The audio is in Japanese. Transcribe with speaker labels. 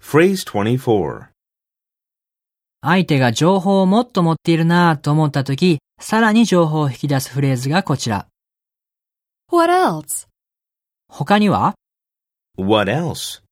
Speaker 1: Phrase 24.
Speaker 2: 相手が情報をもっと持っているなぁと思った時、さらに情報を引き出すフレーズがこちら。
Speaker 3: What else?
Speaker 2: 他には
Speaker 1: What else?